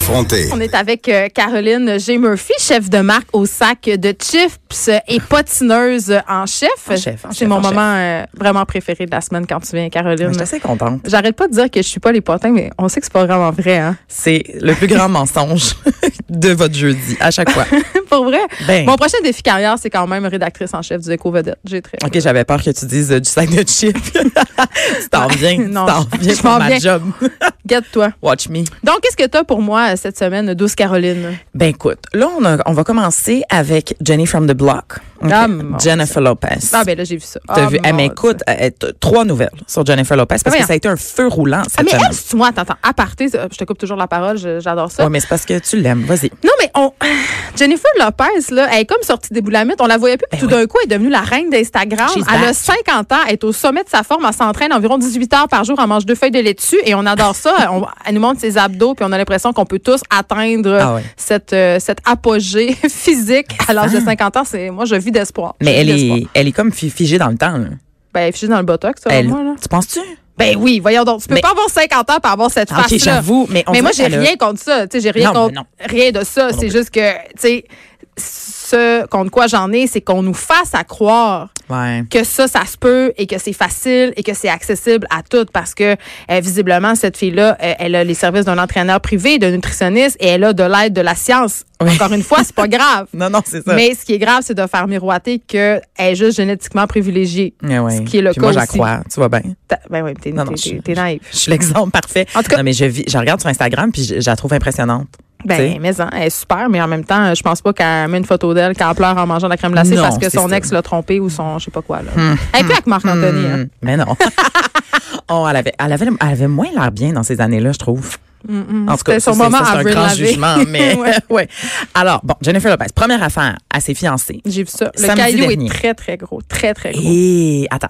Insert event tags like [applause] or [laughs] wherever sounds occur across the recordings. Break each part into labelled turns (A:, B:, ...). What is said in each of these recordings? A: affronter.
B: On est avec euh, Caroline G. Murphy, chef de marque au sac de chips et patineuse en chef.
C: En chef, en
B: C'est
C: chef,
B: mon
C: en chef.
B: moment euh, vraiment préféré de la semaine quand tu viens, Caroline.
C: Je suis assez contente.
B: J'arrête pas de dire que je suis pas les potins, mais on sait que c'est pas vraiment vrai. Hein? [laughs]
C: C'est le plus grand mensonge [laughs] de votre jeudi, à chaque fois.
B: Pour vrai.
C: [laughs] Ben,
B: Mon prochain défi carrière, c'est quand même rédactrice en chef du Éco Vedette. J'ai très.
C: OK, j'avais peur que tu dises euh, du sac de chips. [laughs] tu t'en viens, tu
B: Non,
C: t'en
B: je-
C: viens
B: je
C: pour
B: m'en
C: ma
B: viens.
C: job.
B: Guette-toi.
C: Watch me.
B: Donc, qu'est-ce que t'as pour moi euh, cette semaine, douce Caroline?
C: Ben écoute, là, on, a- on va commencer avec Jenny from the Block. OK?
B: Ah, mon
C: Jennifer Lopez.
B: Ah, ben là, j'ai vu ça.
C: T'as
B: Ah,
C: vu? Eh,
B: mon
C: mais
B: Dieu.
C: écoute, eh, t- trois nouvelles sur Jennifer Lopez parce
B: Voyons.
C: que ça a été un feu roulant
B: Ah,
C: cette
B: mais
C: semaine.
B: elle, c'est- moi, attends, attends, aparté, ça, je te coupe toujours la parole, je- j'adore ça.
C: Ouais, mais c'est parce que tu l'aimes. Vas-y.
B: Non, mais on... [sighs] Jennifer Lopez, là, elle est comme sortie des boulamites. On la voyait plus. puis tout d'un coup, elle est devenue la reine d'Instagram.
C: Ben She's
B: Elle a
C: back.
B: 50 ans. Elle est au sommet de sa forme. Elle s'entraîne environ 18 heures par jour. Elle mange deux feuilles de laitue. Et on adore ça.
C: [laughs]
B: On- elle nous montre ses abdos. Puis on a l'impression qu'on peut tous atteindre
C: Ah ouais.
B: cette, euh, cette apogée [laughs] physique à l'âge de 50 ans. C'est, moi, je vis d'espoir.
C: Mais
B: Je
C: elle
B: vis d'espoir.
C: est, elle est comme fi- figée dans le temps. là.
B: Ben, elle est figée dans le botox, selon
C: Elle-
B: moi, là.
C: tu penses-tu?
B: Ben oui, voyons donc. Tu peux
C: Mais- Ah,
B: pas avoir 50 ans pour avoir cette
C: Ok,
B: face-là.
C: j'avoue, mais on
B: mais moi, j'ai
C: dirait qu'elle a-
B: rien contre ça. Tu sais, j'ai rien
C: Non,
B: contre
C: mais non.
B: rien de ça. C'est juste que, tu sais, ce contre quoi j'en ai, c'est qu'on nous fasse à croire
C: Ouais.
B: que ça, ça se peut et que c'est facile et que c'est accessible à toutes parce que, euh, visiblement, cette fille-là, euh, elle a les services d'un entraîneur privé, d'un nutritionniste et elle a de l'aide de la science.
C: Oui.
B: Encore une fois, c'est pas grave.
C: Non, non, [laughs] c'est ça.
B: Mais ce qui est grave, c'est de faire miroiter qu'elle est juste génétiquement privilégiée.
C: Eh ouais.
B: ce qui est le
C: Puis
B: cas
C: Moi, j'en
B: aussi.
C: crois. Tu vois bien. [laughs]
B: T'as- Ben oui, t'es
C: Non, non,
B: t'es-
C: je-
B: t'es- t'es naïve.
C: Je suis l'exemple parfait.
B: En tout cas-
C: non, mais je, vis, je regarde sur Instagram puis je, je la trouve impressionnante.
B: Ben,
C: T'sais.
B: mais hein, elle est super, mais en même temps, je pense pas qu'elle met une photo d'elle quand elle pleure en mangeant de la crème glacée
C: Non,
B: parce que
C: c'est
B: son
C: ça. Hmm.
B: ex l'a trompée ou son je sais pas quoi. Là. elle est plus avec Marc-Anthony. hein.
C: Hum,
B: [laughs]
C: Mais non. oh, elle avait, elle avait, elle avait moins l'air bien dans ces années-là, je trouve. En tout
B: Mm, C'était
C: cas,
B: son
C: ça, c'est-
B: moment
C: ça,
B: à
C: c'est un
B: Avril
C: grand
B: Lavigne. [laughs]
C: jugement, mais
B: Ouais.
C: [laughs] ouais. Alors, bon, Jennifer Lopez, première affaire à ses fiancés.
B: J'ai vu ça. Le
C: Samedi
B: caillou
C: dernier.
B: est très, très gros. Très, très gros.
C: Et attends,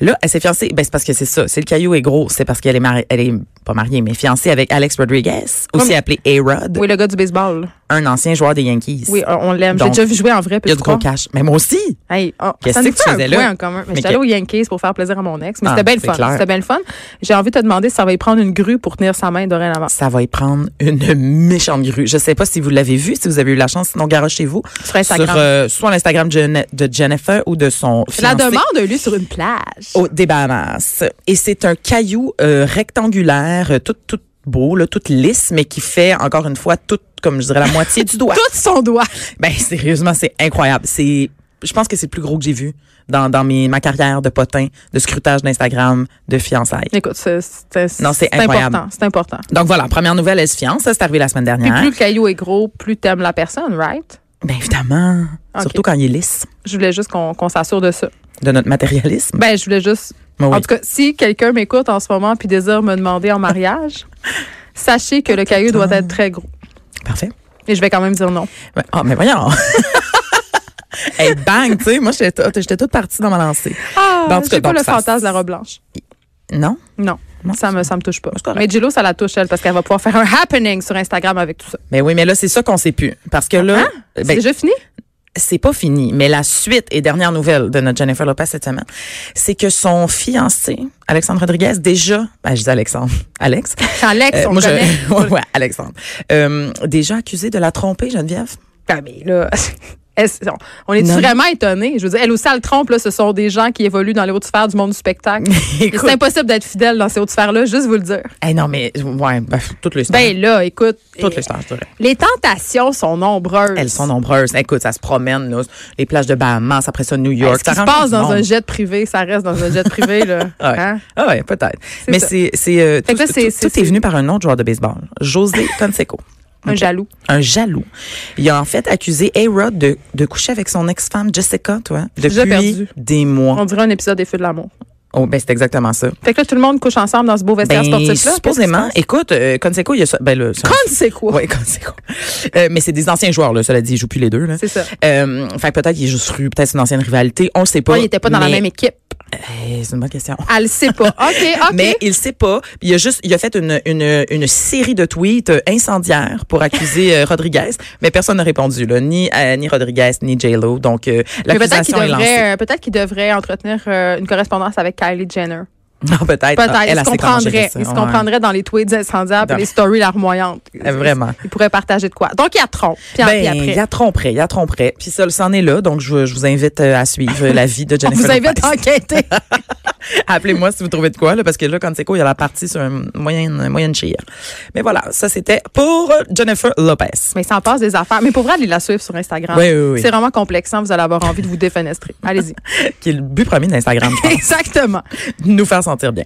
C: là, elle s'est fiancée. Ben c'est parce que c'est ça. C'est le caillou est gros. C'est parce qu'elle est mariée, elle est pas mariée, mais fiancée avec Alex Rodriguez, aussi
B: Oui.
C: appelé A-Rod,
B: Oui, le gars du baseball. là.
C: un ancien joueur des Yankees.
B: Oui, on on l'aime. J'ai
C: Donc,
B: déjà vu jouer en vrai.
C: Il y a
B: peux-tu
C: du gros
B: croire?
C: cash. Mais moi aussi.
B: Hey, oh,
C: Qu'est-ce
B: ça nous
C: que tu
B: fait un
C: faisais là?
B: point en commun. Mais
C: Mais
B: j'étais allée aux Yankees pour faire plaisir à mon ex. Mais
C: Ah,
B: c'était bien le
C: c'est
B: fun.
C: clair.
B: C'était bien le fun. J'ai envie de te demander si ça va y prendre une grue pour tenir sa main dorénavant.
C: Ça va y prendre une méchante grue. Je sais pas si vous l'avez vu, si vous avez eu la chance, sinon garochez-vous.
B: Sur Instagram.
C: Sur, euh, soit l'Instagram de Jen- de Jennifer ou de son
B: Je la
C: fiancé.
B: demande, lui, sur une plage.
C: Au des Bahamas. Et c'est un caillou euh, rectangulaire, euh, tout, tout beau, là, tout lisse, mais qui fait, encore une fois, tout, comme je dirais, la
B: [laughs]
C: moitié du doigt.
B: Tout son doigt.
C: Ben, sérieusement, c'est incroyable. C'est, je pense que c'est le plus gros que j'ai vu dans, dans mes, ma carrière de potin, de scrutage d'Instagram, de fiançailles.
B: Écoute, c'est c'est-
C: Non, c'est
B: c'est
C: incroyable.
B: important. C'est important.
C: Donc voilà, première nouvelle, elle se fiance. Ça, c'est arrivé la semaine
B: Puis
C: dernière.
B: plus le caillou est gros, plus t'aimes la personne, right?
C: Bien Ben, évidemment.
B: Ok.
C: Surtout quand il est lisse,
B: Je voulais juste qu'on qu'on s'assure de ça.
C: de notre matérialisme.
B: Ben, je voulais juste.
C: Ben oui.
B: En tout cas, si quelqu'un m'écoute en ce moment puis désire me demander en
C: [laughs]
B: mariage, sachez que le caillou doit être très gros.
C: Parfait.
B: Et je vais quand même dire non.
C: Ben, Ah, mais voyons. [laughs] hey, bang, tu sais, moi, j'étais toute- j'étais toute partie dans ma lancée.
B: Ah,
C: Ben, en tout cas,
B: j'ai pas
C: donc
B: le
C: ça-
B: fantasme de la robe blanche.
C: Non?
B: Non.
C: Non,
B: ça me, ça me touche pas.
C: Ah, c'est correct.
B: Mais Jillo, ça la touche, elle, parce qu'elle va pouvoir faire un happening sur Instagram avec tout ça.
C: Ben oui, mais là, c'est ça qu'on sait plus. Parce que là, ben,
B: Ah, C'est déjà fini?
C: c'est pas fini, mais la suite et dernière nouvelle de notre Jennifer Lopez cette semaine, c'est que son fiancé, Alexandre Rodriguez, déjà, ben, je dis Alexandre, [laughs] Alex.
B: Alex,
C: Euh,
B: on
C: moi, je-
B: connaît.
C: [laughs] ouais, ouais, Alexandre. Euh, déjà accusé de la tromper, Geneviève.
B: Ben, mais là. [laughs] est-ce- on- On est
C: Non.
B: vraiment étonnés. Je veux dire, elle aussi, elle trompe. Là, ce sont des gens qui évoluent dans les hautes sphères du monde du spectacle. Et
C: Écoute,
B: C'est impossible d'être fidèle dans ces hautes sphères-là, juste vous le dire.
C: hey, non, mais, ouais, ben, toutes les stars.
B: Ben là, écoute,
C: toutes
B: eh,
C: les stars, je dirais.
B: les tentations sont nombreuses.
C: Elles sont nombreuses. Écoute, ça se promène, là, les plages de Bahamas, après ça, New
B: Ce
C: York.
B: qui
C: ça
B: se
C: rencontre
B: passe
C: du
B: dans
C: monde.
B: un jet privé, ça reste dans un jet privé. Là.
C: [laughs] Ouais.
B: Hein?
C: Ah ouais, peut-être. Mais
B: ça.
C: c'est c'est euh,
B: Fait
C: tout,
B: que là,
C: tout-
B: c'est-
C: tout
B: c'est-
C: est venu par un autre joueur de baseball,
B: [laughs]
C: José Canseco.
B: Un
C: Ok.
B: jaloux.
C: Un jaloux. Il a en fait accusé A-Rod de, de coucher avec son ex-femme Jessica, toi,
B: Déjà
C: depuis
B: perdu.
C: des mois.
B: On dirait un épisode des Feux de l'amour.
C: Oh, ben c'est exactement ça.
B: Fait que là, tout le monde couche ensemble dans ce beau vestiaire
C: Ben,
B: sportif-là.
C: supposément, écoute, euh, Canseco, il a ça. Ben, là, ça-
B: Comme c'est quoi?
C: Ouais, [laughs] Canseco. Euh, mais c'est des anciens joueurs, là, cela dit, ils jouent plus les deux. Là.
B: C'est ça.
C: Euh, fait que peut-être il est juste rue, peut-être c'est une ancienne rivalité, on le sait pas.
B: Ah, il était pas dans la
C: mais-
B: même équipe.
C: Eh, c'est une bonne question.
B: Elle le sait pas. OK, OK.
C: [laughs] Mais il sait pas. Il a juste, il a fait une, une, une série de tweets euh, incendiaires pour accuser euh, Rodriguez, mais personne n'a répondu, là, ni euh, ni Rodriguez ni J Lo. Donc euh,
B: Mais peut-être qu'il
C: l'accusation est lancée.
B: devrait, euh, peut-être qu'il devrait entretenir euh, une correspondance avec Kylie Jenner.
C: [laughs] Non, peut-être.
B: Peut-être.
C: Elle,
B: Ils
C: elle
B: se
C: sait comment gérer
B: comprendraient.
C: ça.
B: Ils se
C: Ouais.
B: comprendraient dans les tweets incendiables
C: Dans-
B: les stories larmoyantes.
C: Euh, vraiment.
B: Ils pourraient partager de quoi. Donc, il y a Tron. Puis, en- puis
C: Ben,
B: après.
C: il y a tromperait, il y a tromperait. Puis ça, c'en est là. Donc, je, je vous invite euh, à suivre la vie
B: [laughs]
C: de
B: On
C: Jennifer
B: vous invite
C: Lopez.
B: à enquêter. [laughs]
C: Appelez-moi si vous trouvez de quoi, là, parce que là, quand c'est quoi, il y a la partie sur un moyen, un moyen de chier. Mais voilà, ça, c'était pour Jennifer Lopez.
B: Mais ça en passe des affaires. Mais pour vrai, allez la suivre sur Instagram.
C: Oui, oui, oui.
B: C'est vraiment complexant. Vous allez avoir envie de vous défenestrer.
C: [laughs]
B: Allez-y.
C: Qui est le but premier d'Instagram, je pense.
B: Exactement.
C: nous faire sentir bien.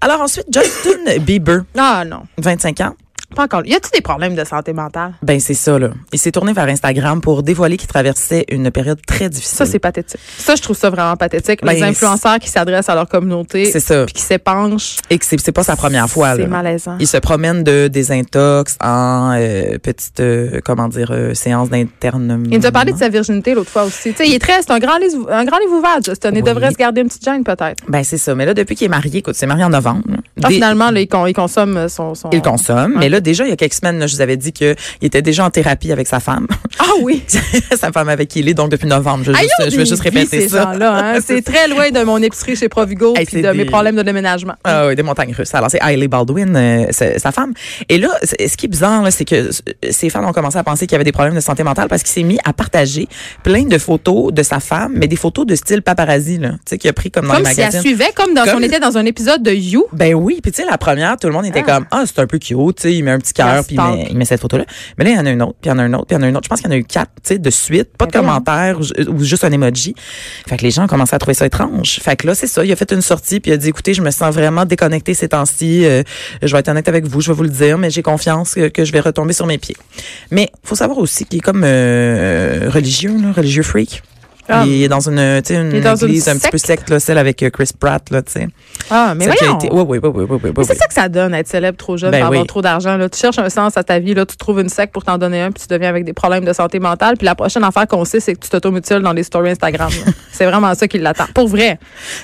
C: Alors ensuite,
B: [coughs]
C: Justin Bieber,
B: Ah non,
C: 25 ans.
B: pas encore. Y a-t-il des problèmes de santé mentale?
C: Ben, c'est ça, là. Il s'est tourné vers Instagram pour dévoiler qu'il traversait une période très difficile.
B: Ça, c'est pathétique. Ça, je trouve ça vraiment pathétique. Les
C: Ben,
B: influenceurs qui s'adressent à leur communauté
C: C'est ça.
B: puis qui s'épanchent.
C: Et que c'est c'est pas sa première fois, là.
B: C'est malaisant.
C: Il se promène de désintox en euh, petite, euh, comment dire, euh, séance d'internement.
B: Il nous a parlé de sa virginité l'autre fois aussi. Tu sais, il est très, c'est un grand livre, un grand livre ouvert, Justin. Il
C: Oui.
B: devrait se garder une petite gêne, peut-être.
C: Ben, c'est ça. Mais là, depuis qu'il est marié, écoute, il s'est marié en novembre. là.
B: Ah,
C: Dé-
B: finalement, là, il, con- il consomme euh, son, son-
C: Il consomme. Mais là, déjà, il y a quelques semaines, là, je vous avais dit qu'il était déjà en thérapie avec sa femme. [laughs]
B: Ah oui.
C: sa femme avec qui il est, donc depuis novembre. Je veux
B: Ah, ils
C: juste,
B: ont
C: je
B: des
C: veux juste
B: vies,
C: répéter
B: ces
C: ça.
B: gens-là,
C: [laughs]
B: hein. C'est très loin de mon épicerie chez Provigo
C: Hey,
B: puis
C: c'est
B: de mes
C: des-
B: problèmes de déménagement.
C: Ah oui, des montagnes russes. Alors, c'est Hailey Baldwin, euh, sa sa femme. Et là, c- ce qui est bizarre, là, c'est que s- ses fans ont commencé à penser qu'il y avait des problèmes de santé mentale parce qu'il s'est mis à partager plein de photos de sa femme, mais des photos de style paparazzi, là. Tu sais, qu'il a pris comme dans
B: comme
C: les
B: si elle
C: magazines.
B: suivait, comme, dans,
C: Comme-
B: on était dans un épisode de You.
C: ben oui, puis tu sais la première, tout le monde était
B: Ah.
C: comme ah c'est un peu cute, tu sais il met un petit
B: La
C: cœur puis il
B: stalk.
C: met, il met cette photo là. Mais là il y en a une autre, puis il y en a une autre, puis il y en a une autre. Je pense qu'il y en a eu quatre, tu sais de suite, pas de
B: Ben voyons.
C: commentaires ou ju- ou juste un emoji. Fait que les gens ont commencé à trouver ça étrange. Fait que là c'est ça, il a fait une sortie puis il a dit écoutez je me sens vraiment déconnecté ces temps-ci, Euh, je vais être honnête avec vous, je vais vous le dire, mais j'ai confiance que, que je vais retomber sur mes pieds. Mais faut savoir aussi qu'il est comme euh, religieux, là, religieux freak.
B: Ah.
C: Il est dans une, tu sais, une
B: Il est dans une
C: église un petit peu secte, là, celle avec euh, Chris Pratt, là, tu sais.
B: Ah, mais
C: Ça qui a
B: voyons.
C: été- Oui, oui, oui, oui, oui, oui,
B: Mais c'est
C: oui.
B: ça que ça donne, être célèbre trop jeune,
C: Ben
B: pour avoir
C: oui.
B: trop d'argent. là. Tu cherches un sens à ta vie, là, tu trouves une sec pour t'en donner un, puis tu deviens avec des problèmes de santé mentale. Puis la prochaine affaire qu'on sait, c'est que tu t'automutiles dans les stories Instagram.
C: [laughs]
B: là. c'est vraiment ça qui l'attend. Pour vrai.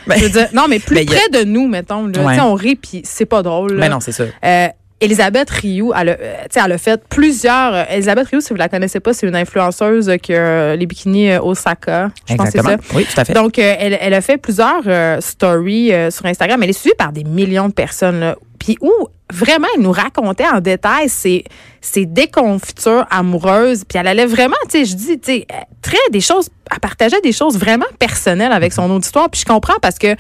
C: Ben-
B: Je veux dire, non, mais plus
C: Ben, il y a-
B: près de nous, mettons. Là,
C: Ouais.
B: Tu sais, On rit, puis c'est pas drôle. là.
C: Mais non, c'est ça.
B: Euh, Elisabeth Rioux, elle a, euh, tu sais, elle a fait plusieurs. euh, Elisabeth Rioux, si vous la connaissez pas, c'est une influenceuse euh, qui a euh, les bikinis euh, Osaka. Je pense que c'est
C: Exactement.
B: ça.
C: Oui, tout à fait.
B: Donc, euh, elle, elle a fait plusieurs euh, stories euh, sur Instagram. Elle est suivie par des millions de personnes. Là. Puis où vraiment, elle nous racontait en détail ses, ses déconfitures amoureuses. Puis elle allait vraiment, tu sais, je dis, tu sais, euh, très des choses, elle partageait des choses vraiment personnelles avec son auditoire. Puis je comprends parce que euh,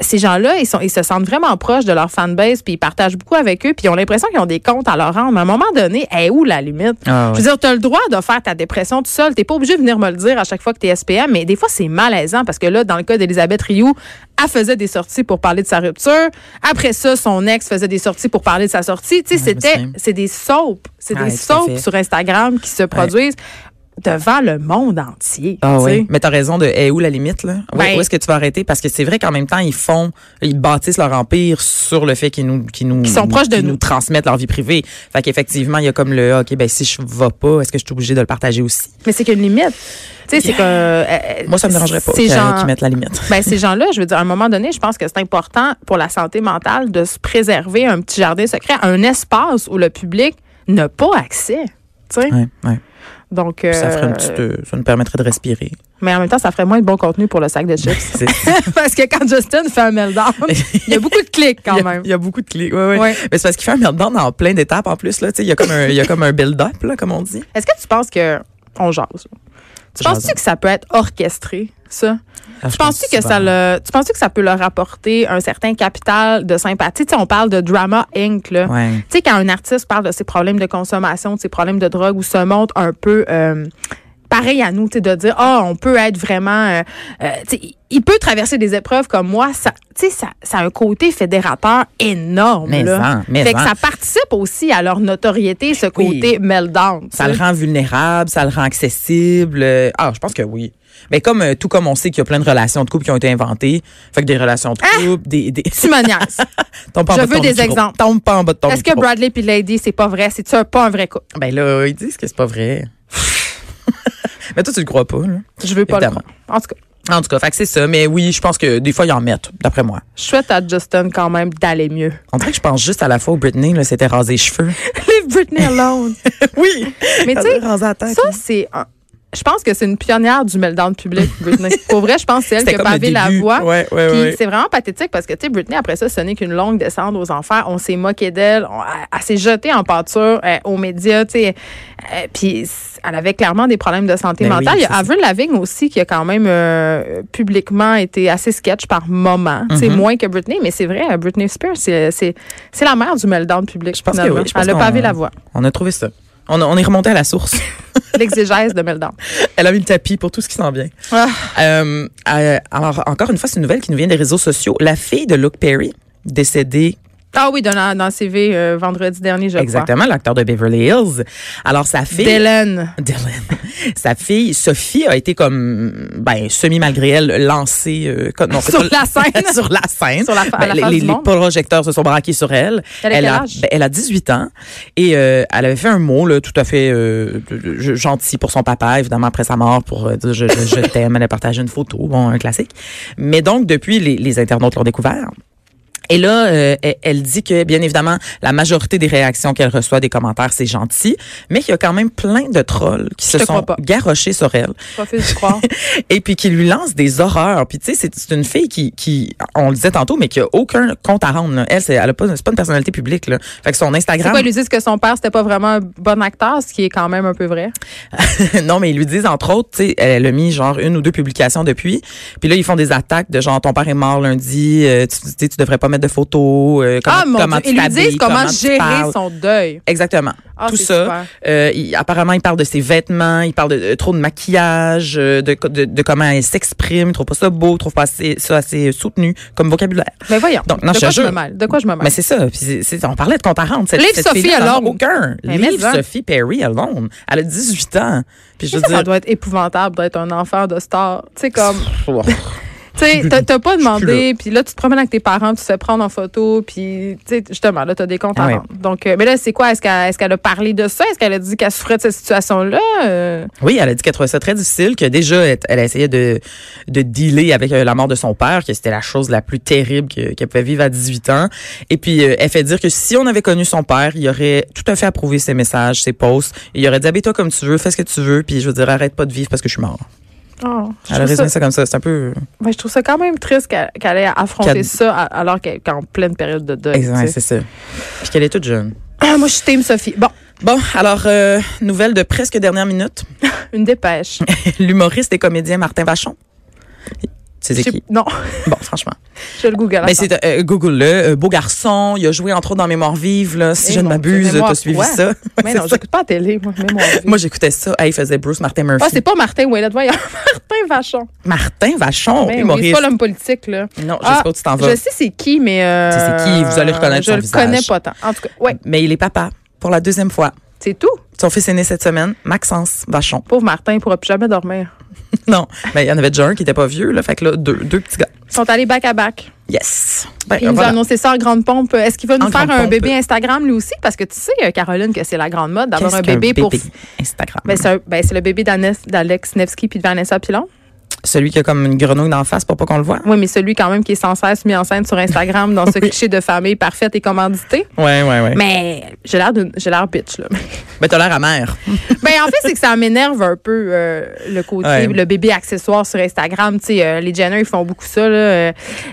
B: ces gens-là, ils, sont, ils se sentent vraiment proches de leur fanbase. Puis ils partagent beaucoup avec eux. Puis ils ont l'impression qu'ils ont des comptes à leur rendre. Mais à un moment donné, elle est où la limite?
C: Ah,
B: Je veux dire, tu as le droit de faire ta dépression tout seul. Tu pas obligé de venir me le dire à chaque fois que tu es SPM, mais des fois, c'est malaisant parce que là, dans le cas d'Elisabeth Rioux, elle faisait des sorties pour parler de sa rupture. Après ça, son ex faisait des sorties pour parler de sa sortie. Tu sais,
C: Ouais, je
B: c'était
C: me
B: c'est des soaps. C'est
C: Ouais,
B: des
C: tout à
B: soaps
C: fait.
B: sur Instagram qui se produisent devant le monde entier.
C: Ah
B: tu sais.
C: oui. Mais t'as raison de est où la limite, là? Où-
B: Ben-
C: où est-ce que tu vas arrêter? Parce que c'est vrai qu'en même temps, ils font, ils bâtissent leur empire sur le fait qu'ils nous, qu'ils nous,
B: Qu'ils sont proches de
C: qu'ils
B: nous.
C: transmettent leur vie privée. Fait qu'effectivement, il y a comme le, OK, ben, si je vais pas, est-ce que je suis obligé de le partager aussi?
B: Mais c'est qu'une limite. Tu sais, c'est que. euh,
C: Moi, ça me dérangerait pas
B: ces
C: qu'ils
B: gens-
C: qu'ils mettent la limite.
B: [laughs] Ben, ces gens-là, je veux dire, à un moment donné, je pense que c'est important pour la santé mentale de se préserver un petit jardin secret, un espace où le public n'a pas accès. tu sais.
C: Ouais, ouais.
B: Donc,
C: Puis ça ferait
B: euh,
C: une petite, euh, ça nous permettrait de
B: [laughs]
C: respirer.
B: mais en même temps, ça ferait moins de bon contenu pour le sac
C: [laughs]
B: de chips.
C: C'est-
B: Parce que quand Justin fait un
C: [laughs]
B: meltdown, il y a beaucoup de clics
C: Il
B: quand
C: y a-
B: même.
C: Il y a beaucoup de clés. Ouais, ouais.
B: Ouais.
C: Mais c'est parce qu'il fait un meltdown en plein d'étapes, en plus, là. Tu sais, il y a comme un, il y a comme un build-up, là, comme on dit.
B: Est-ce que tu penses que on jase? Tu
C: Jasons.
B: penses-tu que ça peut être orchestré, ça?
C: Ah,
B: Tu
C: je pense
B: penses-tu que
C: souvent.
B: ça le, tu penses que ça peut leur apporter un certain capital de sympathie? Tu sais, on parle de Drama Inc. Là.
C: Ouais.
B: Tu sais, quand un artiste parle de ses problèmes de consommation, de ses problèmes de drogue, ou se montre un peu euh, pareil à nous, tu sais, de dire, ah, on peut être vraiment, euh, euh, tu sais, il- il peut traverser des épreuves comme moi, ça, tu sais, ça, ça a un côté fédérateur énorme.
C: Mais
B: là.
C: en, mais
B: fait que
C: en.
B: ça participe aussi à leur notoriété, ce
C: Oui.
B: côté meltdown. tu
C: Ça le
B: sais.
C: rend vulnérable, ça le rend accessible. Euh, Ah, je pense que oui. Mais comme euh, tout comme on sait qu'il y a plein de relations de couple qui ont été inventées, fait que des relations de couple, des, [laughs] des
B: Tu me niaises.
C: tombe pas en
B: Ah! Je
C: bas de
B: veux
C: ton
B: des
C: micro.
B: exemples.
C: Tombe pas en bas de ton
B: Est-ce que
C: micro.
B: Bradley puis Lady, c'est pas vrai? C'est-tu un- pas un vrai couple?
C: Ben là, ils disent que c'est pas vrai. [laughs] Mais toi, tu le crois pas, là.
B: Je veux pas
C: Évidemment.
B: le croire. En tout cas,
C: En tout cas, fait que c'est ça. Mais oui, je pense que des fois, ils en mettent, d'après moi.
B: je souhaite à Justin quand même d'aller mieux.
C: On dirait que je pense juste à la fois où Britney, là, s'était rasé les
B: [laughs]
C: cheveux.
B: Leave Britney alone.
C: oui! [laughs]
B: Mais tu sais,
C: rasé la tête.
B: Ça, c'est un- je pense que c'est une pionnière du meltdown
C: [laughs]
B: public, Britney. Pour vrai, je pense que c'est elle qui
C: C'était
B: a
C: comme le
B: pavé la
C: début.
B: voie.
C: Ouais, ouais,
B: Puis
C: ouais.
B: c'est vraiment pathétique parce que, tu sais, Britney, après ça, ce n'est qu'une longue descente aux enfers. On s'est moqué d'elle. On- Elle, elle s'est jetée en pâture euh, aux médias, tu sais. Euh, puis c- elle avait clairement des problèmes de santé
C: Ben oui,
B: mentale. Il y a
C: c'est ça.
B: Avril Lavigne aussi qui a quand même euh, publiquement été assez sketch par moment. Tu
C: Mhm.
B: sais, moins que Britney, mais c'est vrai, euh, Britney Spears, c'est c'est- c'est la mère du meltdown public.
C: Je pense que
B: finalement.
C: oui, je pense
B: elle a
C: qu'on-
B: pavé la voie.
C: On a trouvé ça. On, a- on est remonté à la source.
B: L'exégèse de
C: [laughs]
B: meltdown.
C: Elle a mis le tapis pour tout ce qui s'en vient.
B: Ah.
C: Euh, euh, alors, encore une fois, c'est une nouvelle qui nous vient des réseaux sociaux. La fille de Luke Perry, décédée
B: Ah oui, dans, dans CV euh, vendredi dernier, je crois.
C: exactement, l'acteur de Beverly Hills. Alors, sa fille...
B: D'Hélène.
C: [laughs] Dylan. Sa fille, Sophie, a été comme, ben, semi malgré elle, lancée euh, comme- non, c'est
B: Sur
C: pas-
B: la scène.
C: [laughs] sur la scène.
B: Sur la fa- à la face
C: les, Ben, les-
B: du
C: les
B: monde.
C: projecteurs se sont braqués sur elle.
B: Elle a quel
C: a,
B: âge?
C: ben, elle a 18 ans et euh, elle avait fait un mot là, tout à fait euh, de- de- de- gentil pour son papa, évidemment après sa mort, pour euh, dire je,
B: [laughs]
C: je, je t'aime. Elle a partagé une photo, bon, un classique. Mais donc, depuis, les, les internautes l'ont découvert. Et là, euh, elle- elle dit que, bien évidemment, la majorité des réactions qu'elle reçoit, des commentaires, c'est gentil, mais qu'il y a quand même plein de trolls qui
B: te
C: se sont
B: crois pas.
C: garrochés sur elle
B: Profite du
C: [laughs]
B: croire.
C: et puis qui lui lance des horreurs. Puis tu sais, c'est- c'est une fille qui, qui, on le disait tantôt, mais qui a aucun compte à rendre. là. Elle, c'est, elle a pas, c'est pas une personnalité publique. Là. Fait que son
B: C'est
C: Instagram, [laughs]
B: quoi, ils lui disent que son père, c'était pas vraiment un bon acteur, ce qui est quand même un peu vrai.
C: non, mais ils lui disent entre autres, tu sais, elle, elle a mis genre une ou deux publications depuis. Puis là, ils font des attaques de genre ton père est mort lundi, euh, tu, tu sais, tu devrais pas mettre de photos. euh, comment,
B: ah mon
C: comment
B: Dieu,
C: tu
B: ils lui
C: t'habilles,
B: disent comment,
C: tu
B: gérer
C: parles.
B: son deuil.
C: Exactement.
B: Ah,
C: Tout
B: c'est
C: ça.
B: super.
C: Euh, il- apparemment, il parle de ses vêtements, il parle de, de trop de maquillage, euh, de, de, de comment elle s'exprime, il trouve pas ça beau, il trouve pas assez- ça assez soutenu comme vocabulaire.
B: Mais voyons,
C: Donc, non,
B: de
C: je
B: quoi
C: te
B: je me
C: jure.
B: mêle? De quoi je me
C: Mais
B: mêle?
C: c'est ça. Puis c'est- c'est- on parlait de compte à rendre. Cette,
B: Leave
C: cette
B: Sophie
C: fille-là, elle en a
B: alone. Ben,
C: aucun.
B: Mais
C: Leave
B: mais-en.
C: Sophie Perry alone. Elle a 18 ans. Puis je veux
B: Ça, ça
C: dire,
B: doit être épouvantable d'être un enfant de star. Tu sais, [laughs] comme,
C: oh,
B: tu sais, t'as- t'as pas
C: suis plus
B: demandé, puis là, tu te promènes avec tes parents, tu te fais prendre en photo, puis, tu sais, justement, là, t'as des comptes
C: Ah
B: à
C: oui.
B: rendre. Donc, euh, mais là, c'est quoi? Est-ce qu'elle est qu'elle a parlé de ça? Est-ce qu'elle a dit qu'elle souffrait de cette situation-là? Euh,
C: oui, elle a dit qu'elle trouvait ça très difficile, que déjà, elle, elle a essayé de, de dealer avec euh, la mort de son père, que c'était la chose la plus terrible que- qu'elle pouvait vivre à 18 ans. Et puis, euh, elle fait dire que si on avait connu son père, il aurait tout à fait approuvé ses messages, ses posts. Il aurait dit, habille-toi comme tu veux, fais ce que tu veux, puis je veux dire, arrête pas de vivre parce que je suis mort.
B: oh, je
C: Elle a
B: trouve ça-
C: raisonné ça comme ça. C'est un peu...
B: Ben, je trouve ça quand même triste qu'elle qu'elle ait affronté
C: Qu'elle-
B: ça a- alors qu'elle est en pleine période de deuil. tu
C: Exact,
B: sais.
C: c'est ça. Puis qu'elle est toute jeune.
B: Ah, moi, je suis Team Sophie. Bon,
C: Bon, alors, euh, nouvelle de presque dernière minute. [laughs]
B: une dépêche.
C: L'humoriste et comédien Martin Vachon. Tu sais
B: Je sais-
C: qui?
B: non, [laughs]
C: Bon, franchement.
B: je le google.
C: Ben, c'est euh, Google-le. euh, beau garçon. Il a joué, entre autres, dans Mémoire vive, là. Si
B: Eh
C: je ne
B: mon Dieu,
C: m'abuse,
B: Mémoire-
C: t'as suivi
B: ouais.
C: [laughs] ça.
B: Mais
C: C'est
B: non,
C: ça.
B: j'écoute pas la télé, moi.
C: [laughs]
B: Mais moi,
C: Moi, j'étais ça. Ah, il faisait Bruce Martin Murphy.
B: ah, c'est pas Martin Ouellet. Voyons, [laughs] Martin Vachon.
C: Martin Vachon,
B: Ben oui, c'est
C: humoriste.
B: pas l'homme politique, là.
C: non, je
B: Ah,
C: sais pas où tu t'en vas.
B: Je sais c'est qui, mais. euh,
C: Tu sais c'est qui, vous allez reconnaître
B: Je
C: son
B: le
C: visage.
B: connais pas tant. En tout cas, ouais,
C: Mais il est papa pour la deuxième fois.
B: c'est tout.
C: Son fils est né cette semaine, Maxence Vachon. [laughs]
B: Pauvre Martin, il pourra plus jamais dormir.
C: Non, mais il y en avait déjà un qui était pas vieux, là. Fait que là, deux, deux petits gars.
B: Ils sont allés back à back.
C: Yes. Ben,
B: Puis il nous a
C: voilà.
B: annoncé ça en grande pompe. Est-ce qu'il va nous
C: En
B: faire
C: grande
B: un
C: pompe.
B: bébé Instagram lui aussi? Parce que tu sais, euh, Caroline, que c'est la grande mode d'avoir
C: Qu'est-ce
B: un
C: qu'un
B: bébé, pour.
C: Instagram.
B: Ben, c'est un- ben, c'est le bébé d'Anes- d'Alex Nevsky puis de Vanessa Pilon.
C: Celui qui a comme une grenouille d'en face pour pas qu'on le voit.
B: Oui, mais celui quand même qui est sans cesse mis en scène sur Instagram dans
C: [laughs]
B: ce cliché de famille parfaite et commandité.
C: Ouais, ouais, ouais. Mais,
B: Mais j'ai l'air d'une- j'ai l'air bitch là.
C: t'as l'air amère.
B: ben en fait c'est que ça m'énerve un peu euh, le côté
C: Ouais.
B: le bébé accessoire sur Instagram. Tu sais, euh, les Jenner ils font beaucoup ça là. Euh,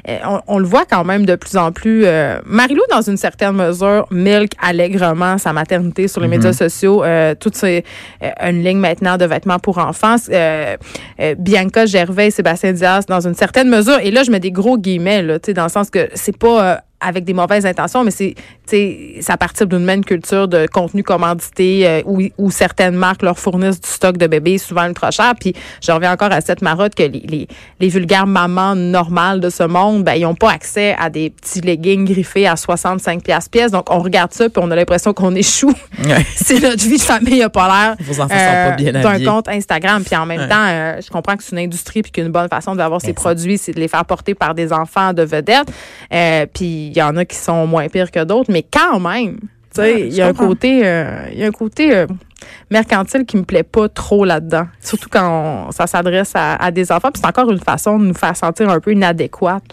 B: euh, on, on le voit quand même de plus en plus. Euh, Marilou dans une certaine mesure milk allègrement sa maternité sur les médias sociaux. Euh, toutes ces euh, une ligne maintenant de vêtements pour enfants. Euh, euh, Bianca Gervais et Sébastien Diaz dans une certaine mesure. Et là je mets des gros guillemets là, tu sais, dans le sens que c'est pas euh, avec des mauvaises intentions, mais c'est, tu sais, ça partir d'une même culture de contenu commandité euh, où, où certaines marques leur fournissent du stock de bébés souvent ultra cher. Puis je reviens encore à cette marotte que les, les, les vulgaires mamans normales de ce monde, ben, ils n'ont pas accès à des petits leggings griffés à 65 pièces pièce. Donc on regarde ça puis on a l'impression qu'on échoue. [laughs]
C: Ouais. Euh,
B: c'est notre vie de famille a pas l'air
C: [laughs] Vos enfants sont pas bien
B: Euh, d'un
C: habillés.
B: compte Instagram. Puis en même temps, euh, je comprends que c'est une industrie puis qu'une bonne façon de avoir ses produits, c'est de les faire porter par des enfants de vedettes. Euh, puis il y en a qui sont moins pires que d'autres, mais quand même, tu sais,
C: Ouais,
B: il
C: je
B: y a un
C: comprends.
B: côté, euh, il y a un côté euh, mercantile qui me plaît pas trop là-dedans. Surtout quand on- ça s'adresse à, à des enfants. Puis c'est encore une façon de nous faire sentir un peu inadéquates.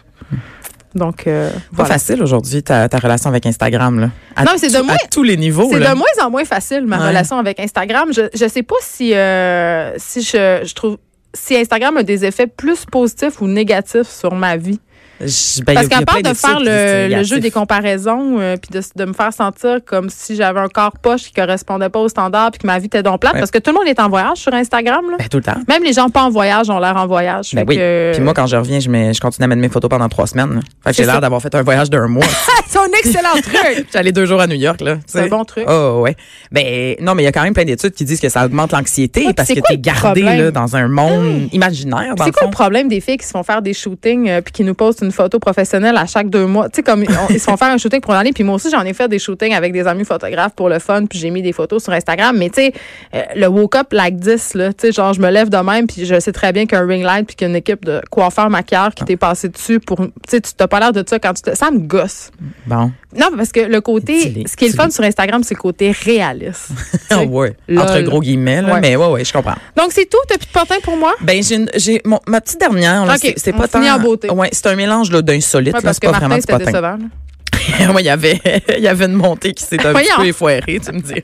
B: Donc, euh,
C: Pas
B: voilà.
C: facile aujourd'hui ta, ta relation avec Instagram là. À
B: Non, mais c'est de
C: tout-
B: moins-
C: à tous les niveaux
B: C'est
C: Oh, là.
B: de moins en moins facile, ma
C: Ouais.
B: relation avec Instagram. Je, je sais pas si, euh, si je, je trouve. Si Instagram a des effets plus positifs ou négatifs sur ma vie.
C: Je- ben,
B: Parce
C: y a- y
B: qu'à
C: a
B: part
C: plein
B: de
C: d'études
B: faire
C: qui disent
B: le, le
C: négatif.
B: jeu des comparaisons, euh, puis de, de me faire sentir comme si j'avais un corps poche qui correspondait pas aux standards, puis que ma vie était donc plate,
C: Ouais.
B: parce que tout le monde est en voyage sur Instagram. Là.
C: Ben, tout le temps.
B: Même les gens pas en voyage ont l'air en voyage.
C: Ben
B: Fait
C: oui.
B: que-
C: Puis moi, quand je reviens, je, mets, je continue à mettre mes photos pendant trois semaines. là. Fait que
B: euh, C'est
C: j'ai
B: ça.
C: l'air d'avoir fait un voyage d'un mois.
B: [laughs]
C: [laughs]
B: c'est un excellent truc.
C: J'allais deux jours à New York, là. tu
B: C'est un
C: sais.
B: bon truc.
C: Oh, ouais. Ben, non, mais il y a quand même plein d'études qui disent que ça augmente l'anxiété
B: Ouais,
C: parce
B: c'est
C: que
B: quoi
C: t'es
B: le
C: gardé,
B: problème? Ah
C: là, dans un monde imaginaire, dans
B: C'est
C: le
B: quoi le
C: fond.
B: problème des filles qui se font faire des shootings euh, puis qui nous postent une photo professionnelle à chaque deux mois? Tu sais, comme on- ils se font faire un shooting pour l'année. Puis moi aussi, j'en ai fait des shootings avec des amis photographes pour le fun. Puis j'ai mis des photos sur Instagram. Mais tu sais, euh, le woke up like this, là, tu sais, genre, je me lève de même. Puis je sais très bien qu'un ring light puis qu'une équipe de coiffeurs maquilleurs qui t'est passé dessus pour. Tu sais, tu t'as pas l'air de ça quand tu te. Ça me gosse.
C: Bon.
B: Non, parce que le côté.
C: Dis-les,
B: Ce qui est le
C: dis-les.
B: fun sur Instagram, c'est le côté
C: [laughs]
B: réaliste. sais,
C: Ah ouais.
B: lol.
C: Entre gros guillemets, là.
B: Ouais.
C: Mais ouais, ouais, je comprends.
B: Donc, c'est tout. T'as plus de potin pour moi?
C: Ben, j'ai, une- j'ai mon- ma petite dernière, là,
B: Ok,
C: c'est, c'est
B: on
C: pas tant.
B: finit en beauté.
C: Ouais, c'est un mélange, là, d'insolite,
B: Ouais,
C: là.
B: parce
C: C'est
B: que
C: pas
B: Martin,
C: vraiment du
B: c'était
C: potin.
B: décevant. là.
C: [laughs] Moi, il y avait, il y avait une montée qui s'est un
B: Voyons.
C: petit peu effoirée, tu me diras.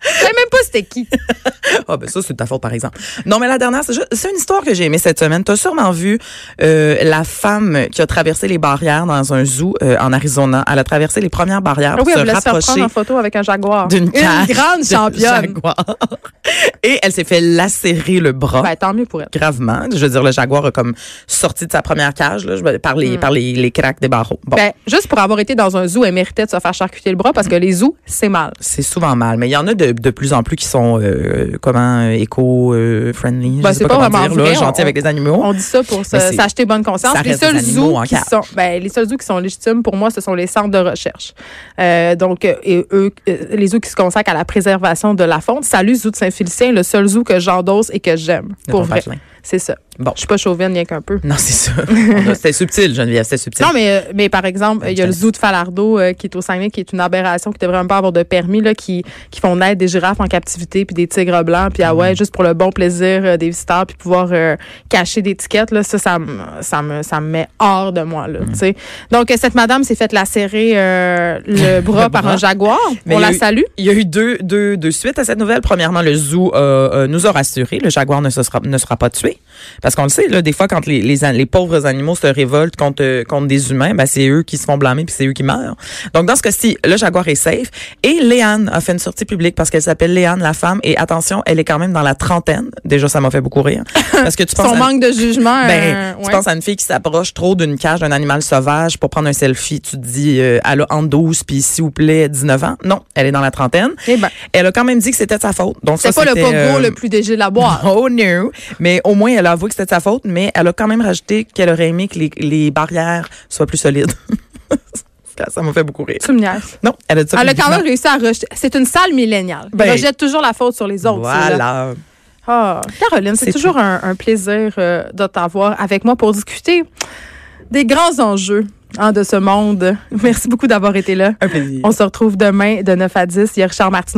B: Je savais même pas c'était qui.
C: Ah ben ça c'est de ta faute par exemple. Non mais la dernière c'est juste- c'est une histoire que j'ai aimée cette semaine. T'as sûrement vu euh, la femme qui a traversé les barrières dans un zoo euh, en Arizona. Elle a traversé les premières barrières
B: Ah
C: pour
B: oui, elle
C: se
B: voulait se faire prendre
C: rapprocher
B: en photo avec un jaguar.
C: d'une cage
B: grande
C: de
B: championne.
C: jaguar. [laughs] Et elle s'est fait lacérer le bras.
B: Ben, tant mieux pour elle.
C: gravement, je veux dire le jaguar a comme sorti de sa première cage là, je veux- par les par les, les cracks des barreaux. Bon,
B: Hmm. Ben, juste pour avoir été dans un zoo, elle méritait de se faire charcuter le bras parce que les zoos, c'est mal.
C: c'est souvent mal, mais il y en a de, de plus en plus qui sont euh, comment euh, éco euh, friendly,
B: Ben,
C: je
B: c'est
C: sais pas,
B: pas
C: comment
B: vraiment
C: dire
B: vrai,
C: là, gentil
B: on-
C: avec les animaux.
B: On dit ça pour se-
C: Mais Ben, c'est-
B: s'acheter bonne conscience.
C: ça
B: Les
C: reste
B: seuls
C: des animaux
B: zoos
C: en
B: qui
C: cage.
B: sont, ben, les seuls zoos qui sont légitimes pour moi, ce sont les centres de recherche. Euh, donc, euh, et eux, euh, les zoos qui se consacrent à la préservation de la faune. Salut, zoo de Saint-Félicien, le seul zoo que j'endosse et que j'aime.
C: De
B: Pour
C: ton
B: vrai.
C: Pacelin.
B: C'est ça.
C: Bon.
B: Je suis pas chauvine, rien qu'un peu.
C: Non,
B: [laughs]
C: c'est ça. On a- C'était subtil, Geneviève, c'était subtil.
B: Non, mais, euh, mais par exemple, il y a le zoo de Falardeau euh, qui est au Saguenay, qui est une aberration, qui devrait même pas avoir de permis, là, qui, qui font naître des girafes en captivité, puis des tigres blancs, puis ah ouais,
C: Mm-hmm.
B: juste pour le bon plaisir euh, des visiteurs, puis pouvoir euh, cacher des tickets, là, ça, ça, me- ça, me, ça me met hors de moi.
C: Mm.
B: Là, tu sais. Donc, euh, cette madame s'est faite lacérer euh,
C: [laughs]
B: le bras par
C: bras.
B: un jaguar.
C: Mais
B: On
C: il y a
B: la
C: eu-
B: salue.
C: Il y a eu deux, deux, deux suites à cette nouvelle. Premièrement, le zoo euh, euh, nous a rassuré. Le jaguar ne se sera, ne sera pas tué. Parce qu'on le sait, là, des fois, quand les, les, an- les pauvres animaux se révoltent contre, euh, contre des humains, ben, c'est eux qui se font blâmer puis c'est eux qui meurent. Donc, dans ce cas-ci, le jaguar est safe. Et Léane a fait une sortie publique parce qu'elle s'appelle Léane, la femme. Et attention, elle est quand même dans la trentaine. Déjà, ça m'a fait
B: [laughs]
C: beaucoup rire. Parce que tu penses
B: Son
C: à-
B: manque de jugement. euh,
C: Ben, tu
B: ouais.
C: penses à une fille qui s'approche trop d'une cage d'un animal sauvage pour prendre un selfie. Tu te dis, euh, elle a entre 12 puis s'il vous plaît, 19 ans. Non, elle est dans la trentaine.
B: Eh ben,
C: Elle a quand même dit que c'était de sa faute. Donc,
B: c'est
C: ça,
B: pas le
C: c'était,
B: pogo
C: euh, [laughs]
B: le plus léger de la boîte.
C: Oh no! Mais au moins, elle a avoué que c'était de sa faute, mais elle a quand même rajouté qu'elle aurait aimé que les, les barrières soient plus solides. [laughs] Ça, ça m'a fait beaucoup rire.
B: Tu me niaises. Ah,
C: Non, elle a dit ça.
B: Elle a quand
C: publiquement.
B: même réussi à rejeter. C'est une salle milléniale. Elle
C: Ben,
B: rejette toujours la faute sur les autres. celle-là.
C: Voilà.
B: Ah, Caroline, c'est
C: C'est
B: toujours un, un plaisir euh, de t'avoir avec moi pour discuter des grands enjeux hein, de ce monde. Merci beaucoup d'avoir été là.
C: Un plaisir.
B: On se retrouve demain de 9 à 10. Il y a Richard Martineau.